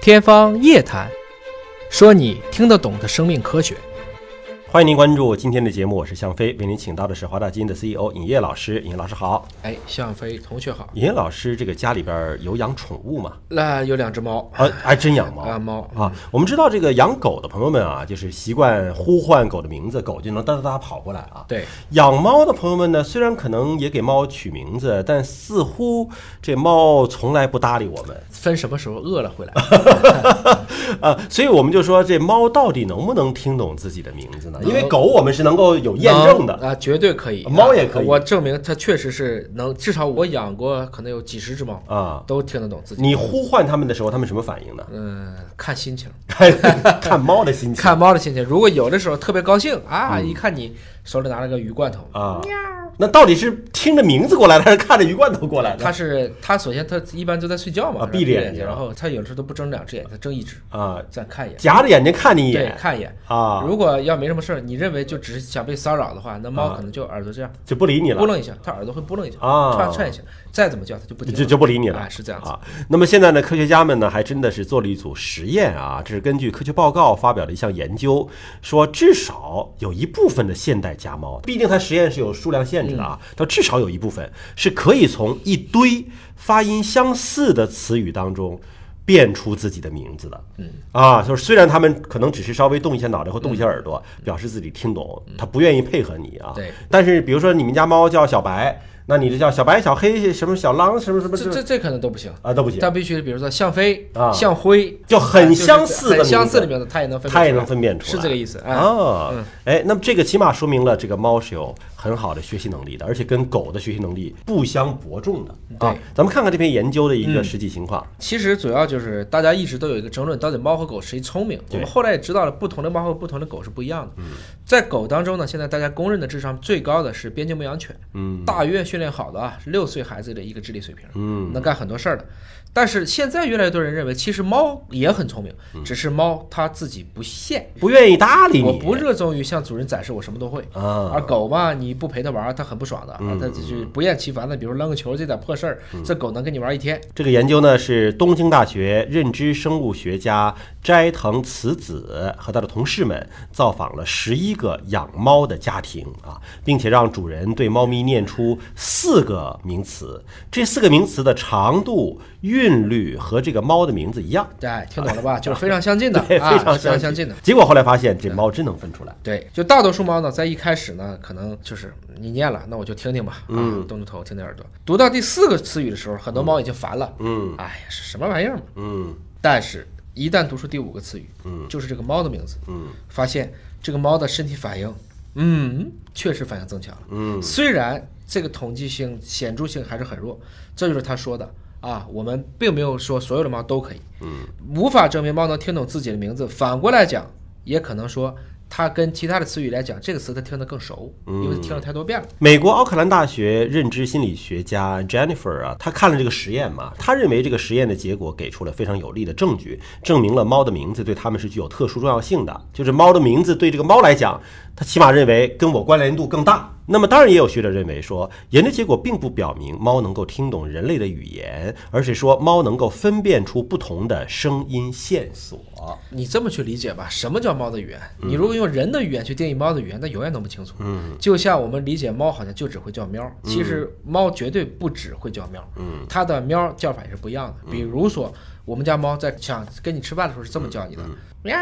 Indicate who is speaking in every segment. Speaker 1: 天方夜谭，说你听得懂的生命科学。
Speaker 2: 欢迎您关注今天的节目，我是向飞，为您请到的是华大基因的 CEO 尹烨老师。尹烨老师好，
Speaker 1: 哎，向飞同学好，
Speaker 2: 尹烨老师这个家里边儿有养宠物吗？
Speaker 1: 那有两只猫
Speaker 2: 啊，还真养猫
Speaker 1: 啊，猫
Speaker 2: 啊！我们知道这个养狗的朋友们啊，就是习惯呼唤狗的名字，狗就能哒哒哒跑过来啊。
Speaker 1: 对，
Speaker 2: 养猫的朋友们呢，虽然可能也给猫取名字，但似乎这猫从来不搭理我们。
Speaker 1: 分什么时候饿了回来？
Speaker 2: 啊，所以我们就说这猫到底能不能听懂自己的名字呢？因为狗我们是能够有 验证的。
Speaker 1: 能啊，绝对可以。
Speaker 2: 猫也可以
Speaker 1: 啊我证明它确实是能，至少我养过可能有几十只猫
Speaker 2: 啊，
Speaker 1: 都听得懂自己。
Speaker 2: 你呼唤它们的时候，它们什么反应呢？
Speaker 1: 嗯，看心情，
Speaker 2: 看猫的心情。
Speaker 1: 看猫的心情。如果有的时候特别高兴啊，一看你手里拿了个鱼罐头，
Speaker 2: 嗯啊，那到底是听着名字过来的，还是看着鱼罐头过来的？
Speaker 1: 它是它首先它一般都在睡觉嘛，
Speaker 2: 啊
Speaker 1: 然后
Speaker 2: 闭着眼睛
Speaker 1: 然后它有时候都不睁两只眼，它睁一只，
Speaker 2: 啊，
Speaker 1: 再看一眼。
Speaker 2: 夹着眼睛看你一
Speaker 1: 对，
Speaker 2: 眼
Speaker 1: 看一眼。
Speaker 2: 啊，
Speaker 1: 如果要没什么事儿，你认为就只是想被骚扰的话，那猫可能就耳朵这样
Speaker 2: 就不理你
Speaker 1: 拨
Speaker 2: 了，
Speaker 1: 楞一下，它耳朵会拨楞一下，
Speaker 2: 啊
Speaker 1: 串串一下，再怎么叫它就不听
Speaker 2: 就
Speaker 1: 了。
Speaker 2: 就不理你了
Speaker 1: 哎，。是这样子。
Speaker 2: 啊，那么现在呢，科学家们呢还真的是做了一组实验啊，这是根据科学报告发表的一项研究，说至少有一部分的现代家猫，毕竟它实验是有数量限制
Speaker 1: 嗯
Speaker 2: 的啊，它至少有一部分是可以从一堆发音相似的词语当中。变出自己的名字的，嗯啊，就是虽然他们可能只是稍微动一下脑袋或动一下耳朵，表示自己听懂，他不愿意配合你啊。
Speaker 1: 嗯对。
Speaker 2: 但是比如说你们家猫叫小白，那你这叫小白、小黑、什么小狼、什么什么
Speaker 1: 这这这可能都不行，
Speaker 2: 啊都不行。
Speaker 1: 它必须比如说向飞
Speaker 2: 啊、
Speaker 1: 向辉，
Speaker 2: 就很
Speaker 1: 啊是
Speaker 2: 相似的
Speaker 1: 很相
Speaker 2: 名字
Speaker 1: 似的名字，它也能分辨出来，
Speaker 2: 它也能分辨出来
Speaker 1: 是这个意思啊。
Speaker 2: 啊，哎，那么这个起码说明了这个猫是有很好的学习能力的，而且跟狗的学习能力不相伯仲的
Speaker 1: 对。
Speaker 2: 啊
Speaker 1: 嗯
Speaker 2: 咱们看看这篇研究的一个实际情况。
Speaker 1: 其实主要就是大家一直都有一个争论，到底猫和狗谁聪明？我
Speaker 2: 对嗯
Speaker 1: 们后来也知道了，不同的猫和不同的狗是不一样的。在狗当中呢，现在大家公认的智商最高的是边境牧羊犬，
Speaker 2: 嗯
Speaker 1: 大约训练好的啊，是六岁孩子的一个智力水平，
Speaker 2: 嗯
Speaker 1: 能干很多事儿的。但是现在越来越多人认为，其实猫也很聪明，
Speaker 2: 嗯
Speaker 1: 只是猫它自己不屑，
Speaker 2: 不愿意搭理
Speaker 1: 我
Speaker 2: 你，
Speaker 1: 不热衷于向主人展示我什么都会。
Speaker 2: 啊，嗯
Speaker 1: 而狗嘛，你不陪它玩儿，它很不爽的，啊，它就是不厌其烦的，比如扔个球这点破事儿，这狗能跟你玩一天，
Speaker 2: 这个研究呢是东京大学认知生物学家斋藤慈子和他的同事们造访了十一个养猫的家庭啊，并且让主人对猫咪念出四个名词，这四个名词的长度、韵律和这个猫的名字一样。，
Speaker 1: 哎，听懂了吧？就是非常相近的
Speaker 2: 对，
Speaker 1: 啊
Speaker 2: 非常
Speaker 1: 非常
Speaker 2: 相
Speaker 1: 相近的。。
Speaker 2: 结果后来发现，这猫真能分出来。
Speaker 1: 对，就大多数猫呢，在一开始呢，可能就是你念了，那我就听听吧，啊，
Speaker 2: 嗯
Speaker 1: 动动头，听听耳朵。读到第四个词语的时候，很多猫已经烦了，
Speaker 2: 嗯
Speaker 1: 哎呀，是什么玩意儿嘛？
Speaker 2: 嗯
Speaker 1: 但是，一旦读出第五个词语，嗯，就是这个猫的名字，
Speaker 2: 嗯，
Speaker 1: 发现这个猫的身体反应，嗯，确实反应增强了，
Speaker 2: 嗯，
Speaker 1: 虽然这个统计性显著性还是很弱，这就是他说的啊，我们并没有说所有的猫都可以，嗯，无法证明猫能听懂自己的名字，反过来讲，也可能说。它跟其他的词语来讲，这个词它听得更熟，因为它听了太多遍了。
Speaker 2: 美国奥克兰大学认知心理学家 Jennifer 啊，她看了这个实验嘛，她认为这个实验的结果给出了非常有力的证据，证明了猫的名字对他们是具有特殊重要性的。就是猫的名字对这个猫来讲，它起码认为跟我关联度更大。那么当然也有学者认为说，研究结果并不表明猫能够听懂人类的语言，而是说猫能够分辨出不同的声音线索。
Speaker 1: 你这么去理解吧，什么叫猫的语言？你如果用人的语言去定义猫的语言，那永远弄不清楚。嗯，就像我们理解猫好像就只会叫喵，其实猫绝对不只会叫喵。嗯，它的喵叫法也是不一样的。比如说，我们家猫在想跟你吃饭的时候是这么叫你的，喵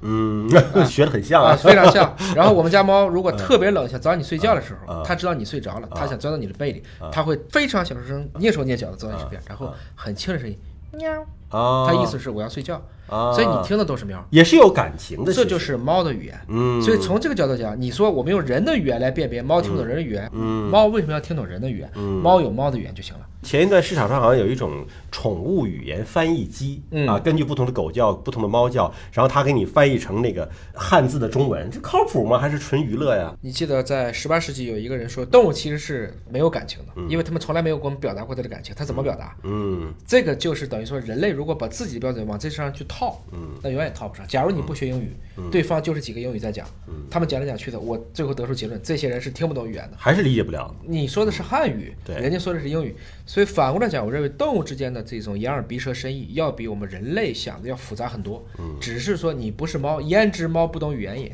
Speaker 2: 嗯，学的很像
Speaker 1: 啊，
Speaker 2: 啊。
Speaker 1: 非常像。然后我们家猫如果特别冷，想找你睡觉的时
Speaker 2: 嗯
Speaker 1: 候，它知道你睡着了，它想钻到你的背里，它会非常小声、蹑手蹑脚的钻到你身边，然后很轻的声音喵，
Speaker 2: 啊，
Speaker 1: 它意思是我要睡觉，
Speaker 2: 啊
Speaker 1: 所以你听的都是喵。
Speaker 2: 也是有感情的，
Speaker 1: 这
Speaker 2: 其
Speaker 1: 就
Speaker 2: 实
Speaker 1: 是猫的语言。
Speaker 2: 嗯
Speaker 1: 所以从这个角度讲，你说我们用人的语言来辨别猫听不懂人的语言，猫为什么要听懂人的语言？猫有猫的语言就行了。
Speaker 2: 前一段市场上好像有一种宠物语言翻译机，
Speaker 1: 嗯
Speaker 2: 啊，根据不同的狗叫、不同的猫叫，然后它给你翻译成那个汉字的中文，这靠谱吗？还是纯娱乐呀？
Speaker 1: 你记得在十八世纪有一个人说，动物其实是嗯没有感情的，因为他们从来没有给我们表达过它的感情，它怎么表达？
Speaker 2: 嗯
Speaker 1: 这个就是等于说，人类如如果把自己的标准往这上去套，那永远也套不上。假如你不学英语，对方就是几个英语在讲，他们讲来讲去的，我最后得出结论，这些人是听不懂语言的。
Speaker 2: 还是理解不了。
Speaker 1: 你说的是汉语，
Speaker 2: 对
Speaker 1: 人家说的是英语，所以反过来讲，我认为动物之间的这种眼耳鼻舌身意要比我们人类想的要复杂很多。
Speaker 2: 嗯
Speaker 1: 只是说你不是猫，焉知猫不懂语言也？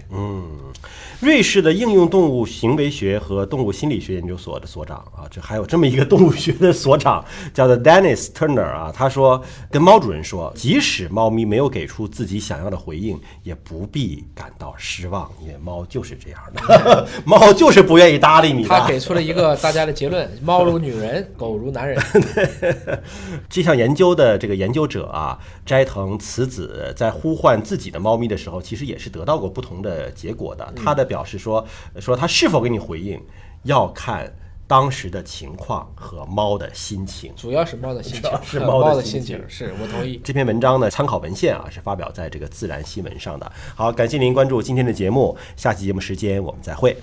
Speaker 2: 瑞士的应用动物行为学和动物心理学研究所的所长啊，这还有这么一个动物学的所长， 叫做 Dennis Turner 啊，他说跟猫主人说，即使猫咪没有给出自己想要的回应，也不必感到失望，因为猫就是这样的， 猫就是不愿意搭理你
Speaker 1: 他
Speaker 2: 的。
Speaker 1: 给出了一个大家的结论：猫如女人，狗如男人。
Speaker 2: 这项研究的这个研究者啊，斋藤慈子在呼唤自己的猫咪的时候，其实也是得到过不同的结果的。他的表示说，说他是否给你回应，要看当时的情况和猫的心情。
Speaker 1: 主要是猫的心
Speaker 2: 主要
Speaker 1: 情，
Speaker 2: 是
Speaker 1: 呃
Speaker 2: 猫的
Speaker 1: 猫的
Speaker 2: 心
Speaker 1: 心情，是我同意。
Speaker 2: 这篇文章呢，参考文献啊是发表在这个《自然新闻》上的。好，感谢您关注今天的节目，下期节目时间我们再会。